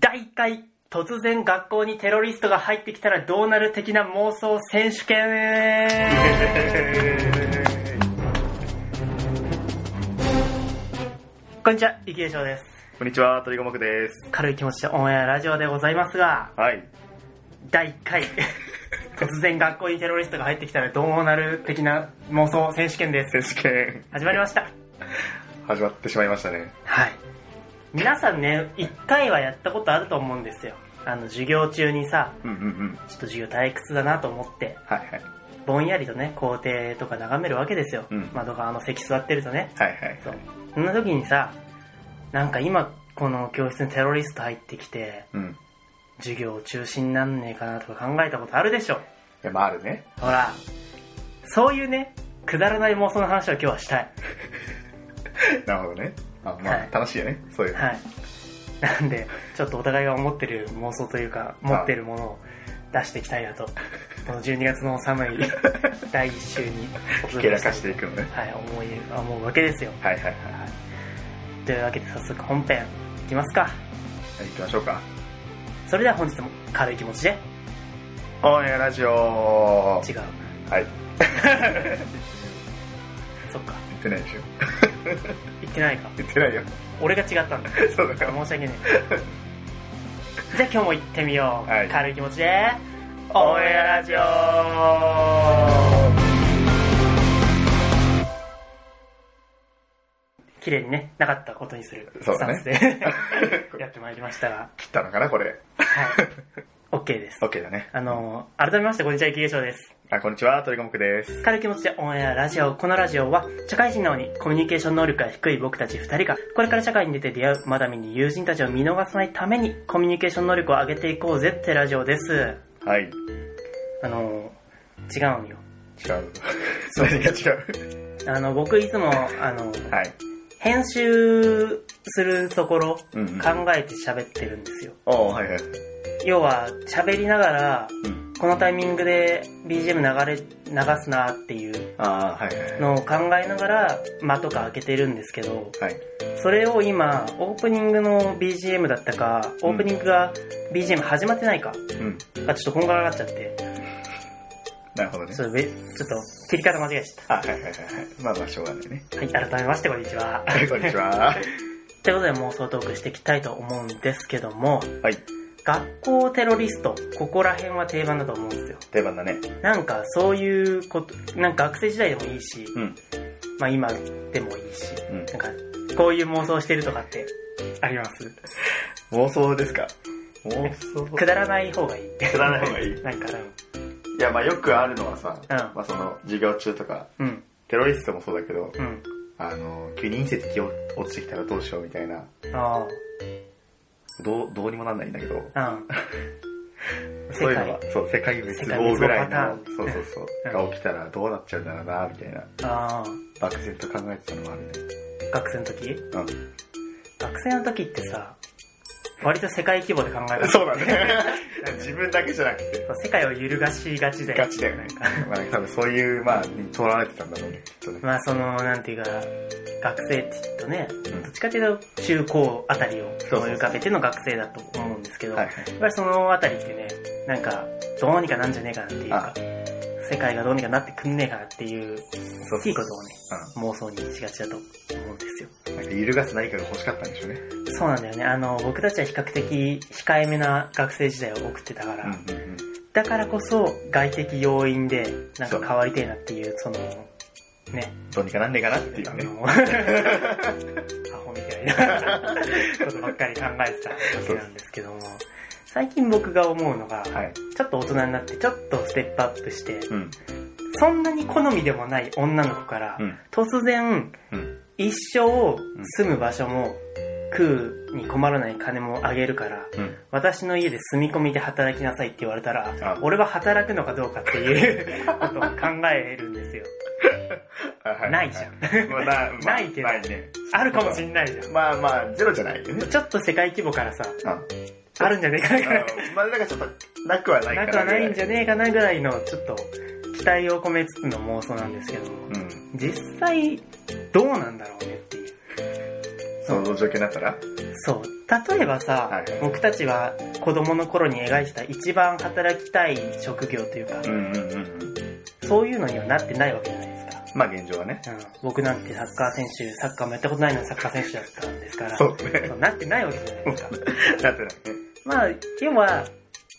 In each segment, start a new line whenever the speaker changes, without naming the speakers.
大体、突然学校にテロリストが入ってきたらどうなる的な妄想選手権こんにちは、池江翔です。
こんにちは、鳥五目です。
軽い気持ちでオンエアラジオでございますが、
はい。
第1回、 突然学校にテロリストが入ってきたらどうなる的な妄想選手権です。
選手権、
始まりました。
始まってしまいましたね。
はい。皆さんね、1回はやったことあると思うんですよ。あの、授業中にさ、
うんうんうん。
ちょっと授業退屈だなと思って、
はいはい。
ぼんやりとね、校庭とか眺めるわけですよ。
うん
窓側の席座ってるとね。
はいはい。
そう。そんな時にさ、なんか今、この教室にテロリスト入ってきて、
うん。い
授業中止になんねえかなとか考えたことあるでしょ。
や、まああるね。
ほら、そういうね、くだらない妄想の話を今日はしたい。
なるほどね。あまあ、
はい
楽しいよね。そういうの。
はい。なんで、ちょっとお互いが思ってる妄想というか、持ってるものを出していきたいなと、この12月の寒い 第1週にお
ひけ
届
ら
けしたい
かしていくのね。
はい、思い、思うわけですよ。
はいはいはい。
はい。というわけで早速本編いきますか。
はい、行きましょうか。
それでは本日も軽い気持ちで、
オンエアラジオは
違う。
い。
そっか、
言ってないでしょ。
言ってないか。
言ってないよ。
俺が違ったんだ。
そう だよ。
申し訳ねえじゃあ今日も行ってみよう、
はい
軽い気持ちでオンエアラジオ綺麗にねなかったことにする
そう
ス
だ
タ
ね
ンスで、 やってまいりましたが
切ったのかな、これ。
はい OK です
OK だね。
あの改めましてこんにちは池江翔です
あ、こんにちは、鳥五目です。
軽い気持ちでオンエアラジオ。このラジオは、社会人なのにコミュニケーション能力が低い僕たち二人が、これから社会に出て出会うまだ見に友人たちを見逃さないために、コミュニケーション能力を上げていこうぜってラジオです。
はい。違う。
あのー、違うんよ。
何が違う。
あの、僕いつも、あの、
はい。
編集するところ、
うんうん。
考えて喋ってるんですよ。
おーはいはい。
要は、喋りながら、
うん。
このタイミングで BGM 流れ、流すなっていう
あーはいはいはい。
のを考えながら、間とか開けてるんですけど、
はい。
それを今、オープニングの BGM だったか、オープニングが BGM 始まってないか、
うん。
がちょっとこんがらがっちゃって、
なるほどね
ち。ょっとべ、ちょっと切り方間違えちゃっ
あ、はいはいはいはい。まあまあ、しょうがないね。
た。はい、改めましてこんにちは。
はい、こんにちは。
ということで妄想トークしていきたいと思うんですけども、
はい、
学校テロリスト、ここら辺は定番だと思うんですよ。
定番だね。
なんかそういうこと、なんか学生時代でもいいし、
うん。
まあ今でもいいし、
う
な
ん
んかこういう妄想してるとかってあります
妄想ですか妄想
くだらない方がい い。
くだらない方がいい
なんか、
いや、まあよくあるのはさ、
うん
まあその、授業中とか、
うん、
テロリストもそうだけど、
うん、うん。
あの、急に隕石落ちてきたらどうしようみたいな、
あ
どう、どうにもなんないんだけど、
あ、うん。
そういうの
世
は、そう、世界滅亡ぐらい
世界滅、亡パ
のそ
ターン
うそうそうう、
ん
が起きたらどうなっちゃうんだろうな、みたいな、
ああ、
漠然と考えてたのもあるね。
学生の時
うん。
学生の時ってさ、割と世界規模で考えた。
そうだね。 自分だけじゃなくて、
そう 世界を揺るがしがちで。
ガチだよね。まあ、多分そういう、まあ、に取られてたんだろうね、きっとね。
まあその、なんていうか、学生って言うとね、
うん
どっちかというと中高あたりを
そう
思い浮かべての学生だと思うんですけど、
はい
やっぱりそのあたりってね、なんか、どうにかなんじゃねえかなっていうか、世界がどうにかなってくんねえかなっていう、
そう
いいことをね、妄想にしがちだと思うんですよ。
うん。なんか揺るがす何かが欲しかったんでしょうね。
そうなんだよね。あの、僕たちは比較的控えめな学生時代を送ってたから、
うんうんうん。
だからこそ外的要因でなんか変わりたいなっていうそのね
どうにかなんねえかなってい
あ
うね。
のアホみたいなことばっかり考えてたわけなんですけども最近僕が思うのが
はい。
ちょっと大人になってちょっとステップアップして
うん。
そんなに好みでもない女の子から
うん。
突然
うん。
一生住む場所も食うに困らない金もあげるから
うん。
私の家で住み込みで働きなさいって言われたら
あ、
俺は働くのかどうかって いうことを考えるんですよ。
あは
ないじゃん。
まあなま あ
ないけど
ないね。
あるかもしんないじゃん。
まあまあ、ゼロじゃないよね。
ちょっと世界規模からさ、
うん。あ
あるんじゃねえかなぐらい
まあ、なんかちょっと、なくはない
な
から。
くはないんじ
ゃ。
ゃねえかなぐらいの、ちょっと期待を込めつつの妄想なんですけど、
うん。
実際どうなんだろうねっていう。
その状況になったら
そう、例えばさ、
はい
僕たちは子供の頃に描いてた一番働きたい職業というか、
うんうんうん。
そういうのにはなってないわけじゃないですか。
まあ現状はね。
うん、僕なんてサッカー選手、サッカーもやったことないのにサッカー選手だったんですから、
そう ね。
そうなってないわけじゃないですか。
なってないね。
まあ、要は、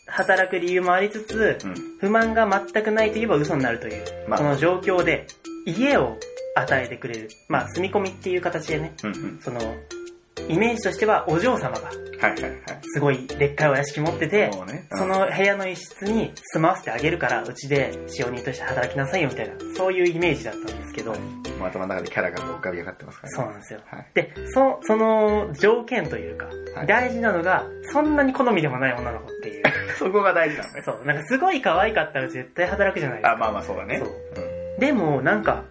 働く理由もありつつ、
うん。
不満が全くないといえば嘘になるという、
ま
こ
あ、
の状況で、家を与えてくれる。まあ、住み込みっていう形でね、
うんうん。
その、イメージとしてはお嬢様が、
はいはいはい。
すごいでっかいお屋敷持ってて、
もうね。うん
そ、の部屋の一室に住まわせてあげるから、うちで使用人として働きなさいよみたいな、そういうイメージだったんですけど、
もう頭の中でキャラがこう浮かび上がってますからね。
そうなんですよ。
はい。
で、そ、その条件というか、
はい
大事なのが、そんなに好みでもない女の子って いう。
そこが大事なんだね。
そう、なんかすごい可愛かったら絶対働くじゃないです
あ、
か。
まあまあそうだね。
そう
うん
でも、なんか、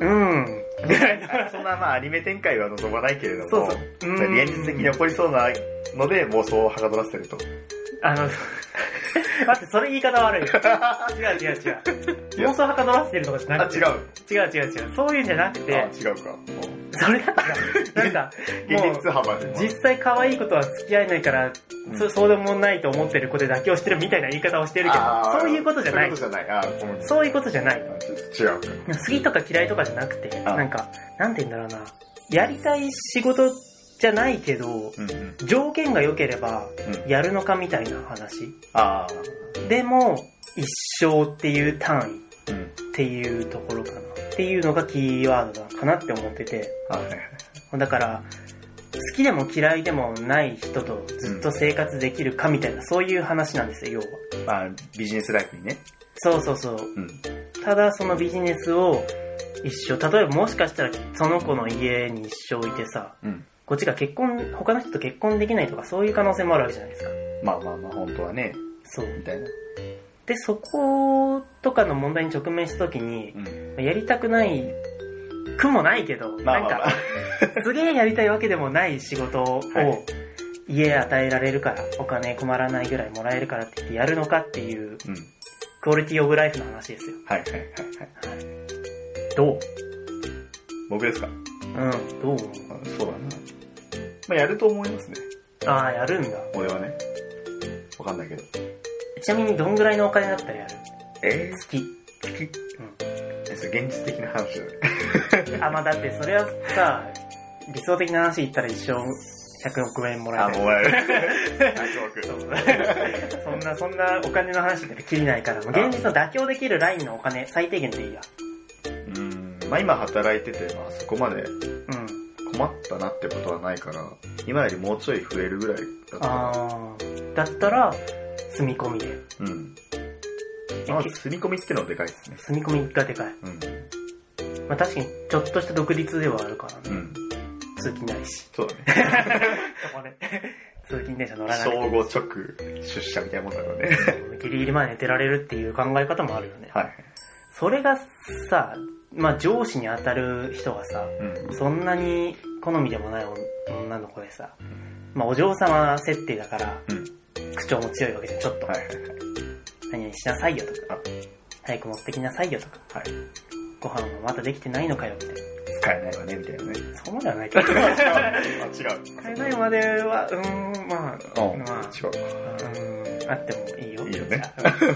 うーん、みたいな。
そんなまあアニメ展開は望まないけれども、
そうそう。うーん
現実的に起こりそうなので妄想をはかどらせてると。
あの、 待って、それ言い方悪い よ。違う違う違う。妄想はかどらせてるとかじゃ
あ、
なく
違
て。
う。
違う違う違う。そういうんじゃなく
あ、
て、
違うか。うん
そ れだったら、なんか、
現
もう
実幅で。
実際可愛いことは付き合えないから、
うん
そそうでもないと思ってる子で妥協してるみたいな言い方をしてるけ
あ
ど、
ー
そういうことじゃない。
そういうことじゃない。あー、ごめん
そういうことじゃない。
あちょっと違うか。
好きとか嫌いとかじゃなくて、
あ
なんか、なんて言うんだろうな。やりたい仕事じゃないけど、
うんうん。
条件が良ければ
うん
やるのかみたいな話。
ああ。
でも、一生っていう単
うん。
位っていうところかな。っていうのがキーワードなのかなって思ってて。
あはいはい。
だから、好きでも嫌いでもない人とずっと生活できるかみたいな、そういう話なんですよ、要は。
まあ、ビジネスライフにね。
そうそうそう。
うん。
ただそのビジネスを一生、例えばもしかしたらその子の家に一生いてさ、
うん。
こっちが結婚、他の人と結婚できないとかそういう可能性もあるわけじゃないですか。
まあまあまあ、本当はね、
そう。
みたいな。
で、そことかの問題に直面した時に、
うん。
やりたくない、苦もないけど、
ま
なん
あまあまあ
か、すげえやりたいわけでもない仕事を
はい
家与えられるから、お金困らないぐらいもらえるからって言ってやるのかっていう、
うん。
クオリティオブライフの話ですよ。
はいはいはいはい。
どう
僕ですか
うん、どう思
あそうだな。まあ、やると思いますね。
うああ、やるんだ。
俺はね。わかんないけど。
ちなみにどんぐらいのお金だったらやる
え
好き。
ー、月え、それ現実的な話だね。
あ、まあだってそれはさ、理想的な話言ったら一生100億円もらえる。
うや る。大丈夫。
そんな、そんなお金の話って切りないから、もう現実の妥協できるラインのお金、最低限でいいや。
うん。まあ今働いてて、まあそこまで
うん。
困ったなってことはないから、今よりもうちょい増えるぐらいだった
あ
ら、
ーだったら、住み込みで。
うん。まあ、住み込みってのはでかいですね。
住み込みがでかい。
うん。
まあ確かに、ちょっとした独立ではあるから
う
ね。
ん。
通勤ないし。
そうだ ね。
そこで 通勤電車乗らない。
正午直出社みたいなもんだからね。
ギリギリまで寝てられるっていう考え方もあるよね。
はい。
それがさ、まあ上司に当たる人がさ、
うん。
そんなに好みでもない女の子でさ、まあお嬢様設定だから、
うん。
口調も強いわけじゃん、ちょっと。
はいはいはい。
何々しなさいよとか
あ、
早く持ってきなさいよとか、
はい。
ご飯はまだできてないのかよみたい
使えないわね、みたいなね。
な。そうまではないけど。
違う。
買えないまでは、うーん、まあ、
うん。
まあ、
違
うーん、あってもいいよ。
いいよね
じゃあ。うん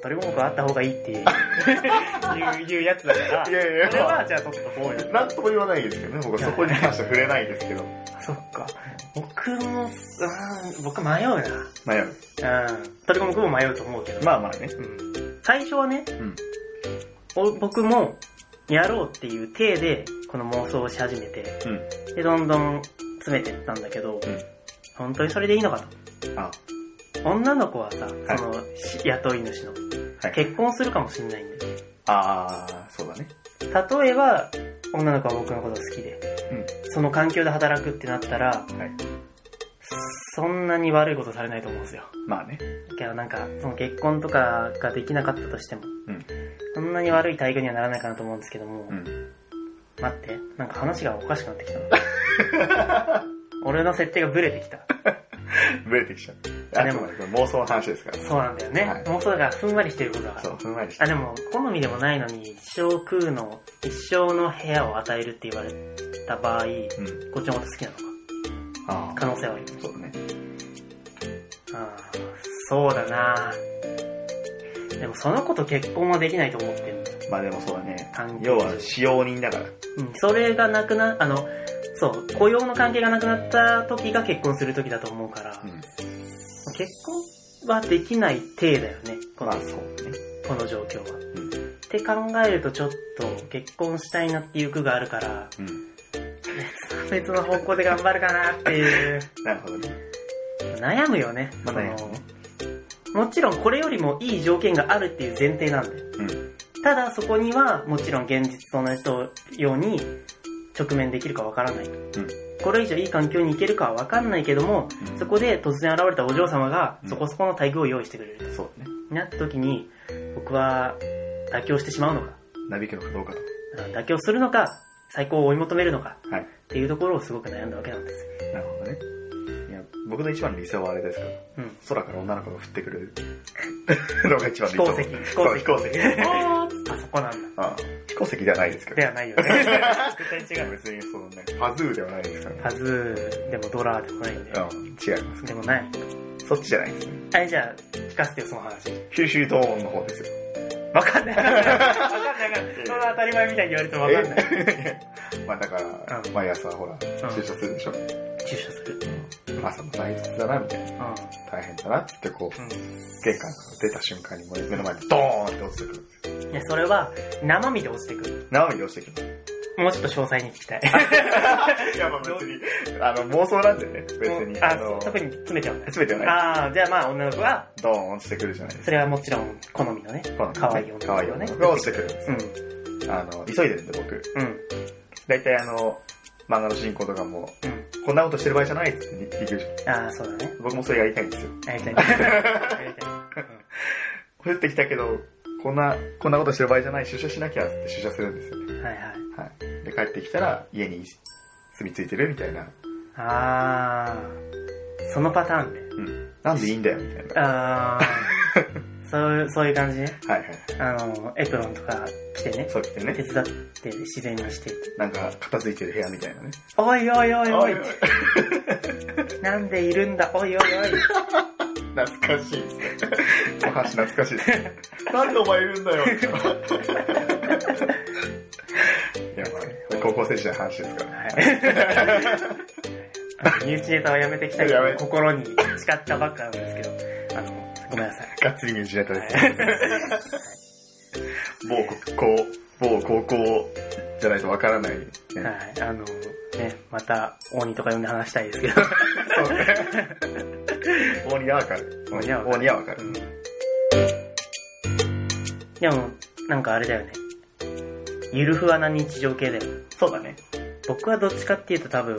それは鳥も僕はあった方がい いっていういう、いうやつだから、
いやいやいや
それはじゃあ取っとこうよ。
う。なんとも言わないですけどね、僕はそこに関しては触れないですけど。
そっか。僕も、うーん、僕迷う
まあ、や
な。うん。鳥も僕も迷うと思うけど。
まあまあね。
うん。最初はね、
うん。
お僕も、やろうっていう体で、この妄想をし始めて、
うん。
で、どんどん詰めてったんだけど、
ん
本当にそれでいいのかと。
あ、
女の子はさ、その、し雇い主の、
はい。
結婚するかもしれないんだよ。
ああ、そうだね。
例えば、女の子は僕のこと好きで、その環境で働くってなったら、
うん。はい。
そんなに悪いことされないと思うんですよ。
まあね。
だからなんか、その結婚とかができなかったとしても、
うん
そんなに悪い待遇にはならないかなと思うんですけども、
うん。
待って、なんか話がおかしくなってきたな 俺の設定がブレてきた。
ブレてきちゃう。あ、でもね、これ妄想の話ですから。
そうなんだよね。
はい
妄想がふんわりしてることだか
そ
ら。
う、ふんわりして
あ、。でも、好みでもないのに、一生食うの、一生の部屋を与えるって言われた場合、
うん。
こっちのこと好きなのか。
あ
可能性はある。
そうだね。
ああ、そうだなでもその子と結婚はできないと思ってる。
まあでもそうだね
関係。
要は使用人だから。
うん、それがなくな、あの、そう、雇用の関係がなくなった時が結婚する時だと思うから、
うん。
結婚はできない体だよね、この
まあそうね。
この状況は。
うん
って考えるとちょっと結婚したいなっていう句があるから、
うん。
別の方向で頑張るかなっていう、
なるほどね。
悩むよね。
まだね。
そのもちろんこれよりもいい条件があるっていう前提なんで。
うん。
ただそこにはもちろん現実と同じように直面できるかわからない、これ以上いい環境に行けるかはわかんないけども、
うん
そこで突然現れたお嬢様が
うん
そこそこの待遇を用意してくれる、
そうだね。
なった時に僕は妥協してしまうのか
なびけの不動かと。
うん妥協するのか最高を追い求めるのか
はい。
っていうところをすごく悩んだわけなんですよ
なるほどね。いや、僕の一番の理想はあれですから。
うん
空から女の子が降って くるのが一番
飛
理
行
想。
石飛
そ
行
う
石
飛行 石。
あーあそこなん
ああ飛行石ではないですけ
だ
ど
で。はないよ ね絶対違う
別にそのね、パズーではないですからね。
はずでもドラーでもないんで
うん、違いますね。
でもない
そっちじゃないですね。
あれじゃあ聞かせてよその話
九州ドーンの方ですよ。
わかん ない。わかんないわかんない。その当たり前みたいに言われてもわかんない。
え まあだから、
うん
毎朝ほら、出社するでしょ。
注射する。
朝の大切だな、みたいな。
う
大変だなって、こう、
ん。
玄関から出た瞬間にもう目の前にドーンって落ちてくるん ですよ。
うん。いや、それは生身で落ちてくる。
生身で落ちてきます。
もうちょっと詳細に聞きたい。
いや、まあ別に、あの、妄想なんでね、別に、あ
あ
の、
特に詰めちゃうんだ。
全てはない。
ああ、じゃあまあ女の子は、
ドーン落ちてくるじゃないです
それはもちろん好みのね。
か。
可愛い
かわいい
女の子ね
女の子が落ちてくるんです
う
よ。
ん。
あの、急いでるんで僕。
うん。
大体あの、漫画の主人公とかも、
う
こんなことしてる場合じゃないっつって言ってくるじゃん。
ん。ああ、そうだね。
僕もそれやりたいんですよ。
やり たい。やりたい。
降ってきたけど、こんな、こんなことしてる場合じゃない、出社しなきゃっつって出社するんですよね。
うんはいはい。
はい。で、帰ってきたら、家に住み着いてるみたいな。
ああ、そのパターンね。
うん。なんでいいんだよ、みたいな。
ああ、そういう、そういう感じね。
はいはい。
あの、エプロンとか着てね。
そう言って
手
ね。
伝って自然にして。
なんか、片付いてる部屋みたいなね。
おいおいおいおい
おいおい
なんでいるんだおいおいお
懐かしいです ね。お話懐かしいですね。なんでお前いるん だよ。いや、まあ、高校生時代の話ですから。
い。身内ネタはやめてきたけ
やめ
ど、心に誓ったばっかなんですけど、あの、ごめんな さい。
がっつりニュージーランドです。某国高、某高校じゃないとわからない、ね。
はい。あの、ね、また、鬼とか呼んで話したいで すけど。
そうね。大にはわかる。
大にはわかる
大にはわか
う
る。
んでも、なんかあれだよね。ゆるふわな日常系だよ。
そうだね。
僕はどっちかっていうと多分、
うん。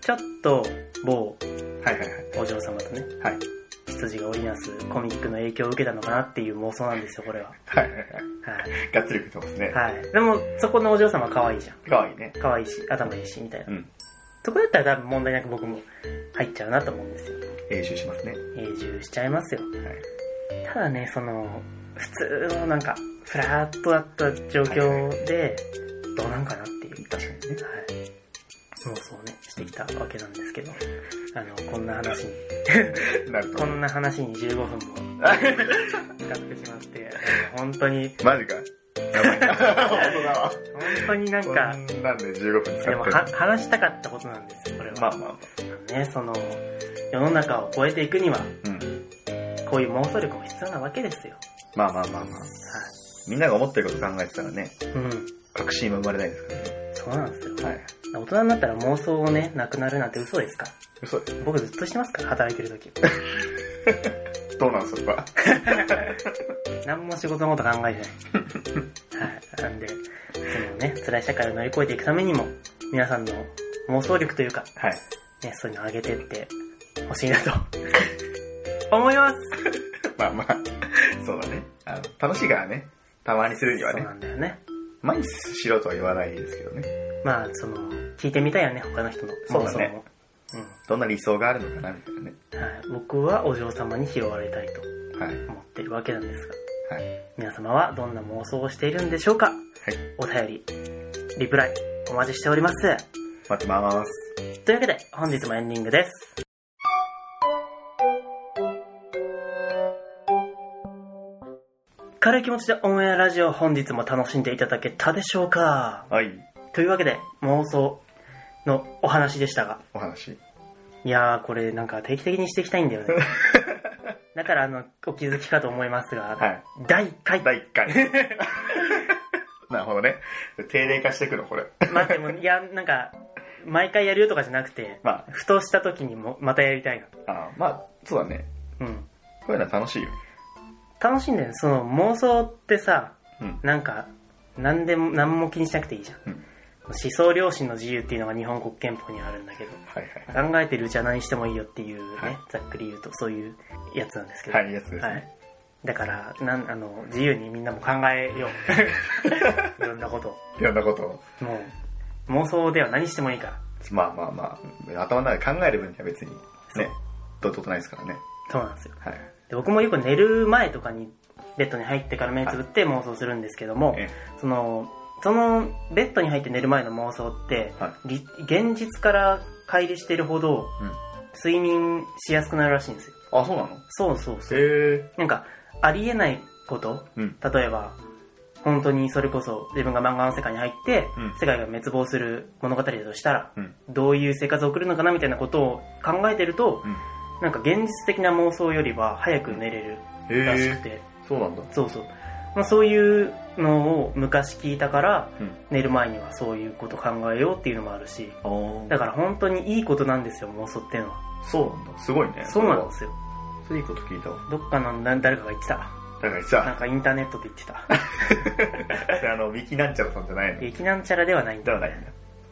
ちょっと某
はいはいはい。
お嬢様とね、
はい。
羊が織りなすコミックの影響を受けたのかなっていう妄想なんですよ、これ は。
はいはいは。
はい
がっつり受けてますね
い。。はい。でも、そこのお嬢様可愛いじゃん。
かわいいね。
可愛いし、頭いいし、みたいな。
うん。
そこだったら多分問題なく僕も入っちゃうなと思うんですよ。
練習しますね。
永住しちゃいますよ。
はい。
ただね、その、普通のなんか、ふらっとだった状況で、どうなんかなっていう。
確かにね。
はい。妄想をね、してきたわけなんですけど、あの、こんな話に、
なると
こ。んな話に15分 も使ってしまって、本当に、
マジか。やばいな。本当だわ。
本当になんか、
こんなんで15分使って
で
る
も。は話したかったことなんですよ、これは。
まあまあまあ。
ね、その、世の中を超えていくには、
うん。
こういう妄想力も必要なわけですよ。
まあまあまあまあ。みんなが思ってること考えてたらね、
はい。うん。
確信は生まれないですからね。
そうなんですよ。
はい。
大人になったら妄想をね、なくなるなんて嘘ですか
嘘です。
僕ずっとしてますから、働いてる 時。
どうなんそれは。
何も仕事のこと考えてない。はい。なんで、そのね、辛い社会を乗り越えていくためにも、皆さんの妄想力というか、
はい。
ね、そういうのを上げてってほしいなと、思います。
まあまあ、そうだね。あの、楽しいからね。たまにするには
そう
ね
な。んだよね。
毎日しろとは言わないですけどね。
まあ、その、聞いてみたいよね、他の人の。
そうだね
もそも
どんな理想があるのかな、みたいなね。
うん。はい。僕はお嬢様に拾われたいと
はい。
思っているわけなんですが、
はい。
皆様はどんな妄想をしているんでしょうか
はい。
お便り、リプライ、お待ちしております。
待ってます。
というわけで、本日もエンディングです。軽い気持ちでオンエアラジオ本日も楽しんでいただけたでしょうか
はい。
というわけで、妄想のお話でしたが、
お話。
いやー、これなんか定期的にしていきたいんだ よね。だから、あの、お気づきかと思いますが、
はい。
第1回。
第1回。 なるほどね。定例化していくの、これ。
まあで も、いや、なんか、毎回やるよとかじゃなくて、
ま
ふとした時にもまたやりたい
あ、あーまあ、そうだね。
な。うん。
こういうのは楽しいよ。
楽しいんだよねその妄想ってさ
うん。
なんか何でも何も気にしなくていいじゃん、
うん
思想良心の自由っていうのが日本国憲法にはあるんだけど
はいはい。
考えてるうちは何してもいいよっていうね、
はい
ざっくり言うとそういうやつなんですけど
はい、いいやつです
は
ね。
いだからなんあの自由にみんなも考えよ ういろんなことを
いろんなことを。
もう妄想では何してもいいから
まあまあまあ、頭の中で考える分には別に、
そう
ね、どうってことないですからね。
そうなんですよ
はい。
で僕もよく寝る前とかにベッドに入ってから目つぶって妄想するんですけども、
え
そのそのベッドに入って寝る前の妄想って、
は
り現実から乖離してるほど
うん。
睡眠しやすくなるらしいんですよ
あ、そうなの
そうそうそう
へえ。
なんかありえないこと
うん。
例えば本当にそれこそ自分が漫画の世界に入って、
うん
世界が滅亡する物語だとしたら
うん。
どういう生活を送るのかなみたいなことを考えてると
うん。
なんか現実的な妄想よりは早く寝れるらしく
へえ。
て、
そうなんだ。
そうそう、まあ、そういうのを昔聞いたから、
うん
寝る前にはそういうこと考えようっていうのもあるし
あ
だから本当にいいことなんですよ妄想っていうのは
そうなんだ。すごいね。
そうなんですよ
それはいいこと聞いたわ。
どっかのな誰かが言ってた
だから
なん
さ、
かインターネットで言って た
それあの、ウィキなんちゃらさんじゃないの
駅なんちゃらではないん
で
だ
はないんだ。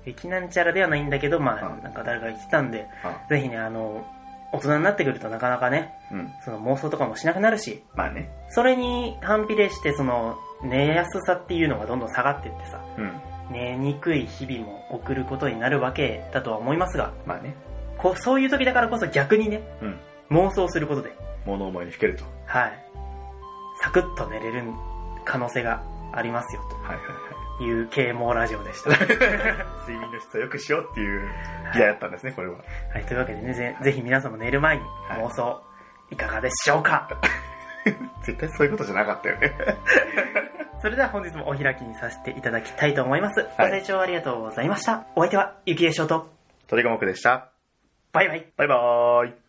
駅なんちゃらではないんだけどまあ、
うん
なんか誰かが言ってたんで
あ
ぜひねあの大人になってくるとなかなかね
うん。
その妄想とかもしなくなるし
まあね。
それに反比例してその寝やすさっていうのがどんどん下がってってさ
うん。
寝にくい日々も送ることになるわけだとは思いますが
まあね。
こうそういう時だからこそ逆にね
うん。
妄想することで
物思いにふけると。は
はいサクッと寝れる可能性がありますよ
いはいは
という啓蒙ラジオでした、
い。睡眠の質を良くしようっていう議題だったんですね、これは。
はい、というわけでねぜぜひ皆さんも寝る前に
い
妄想いかがでしょうか、
絶対そういうことじゃなかったよね。
それでは本日もお開きにさせていただきたいと思います、
は
ご
い
清聴ありがとうございましたお相手はゆきえしょうと
鳥が目でした。
バイバイ
バイバーイ。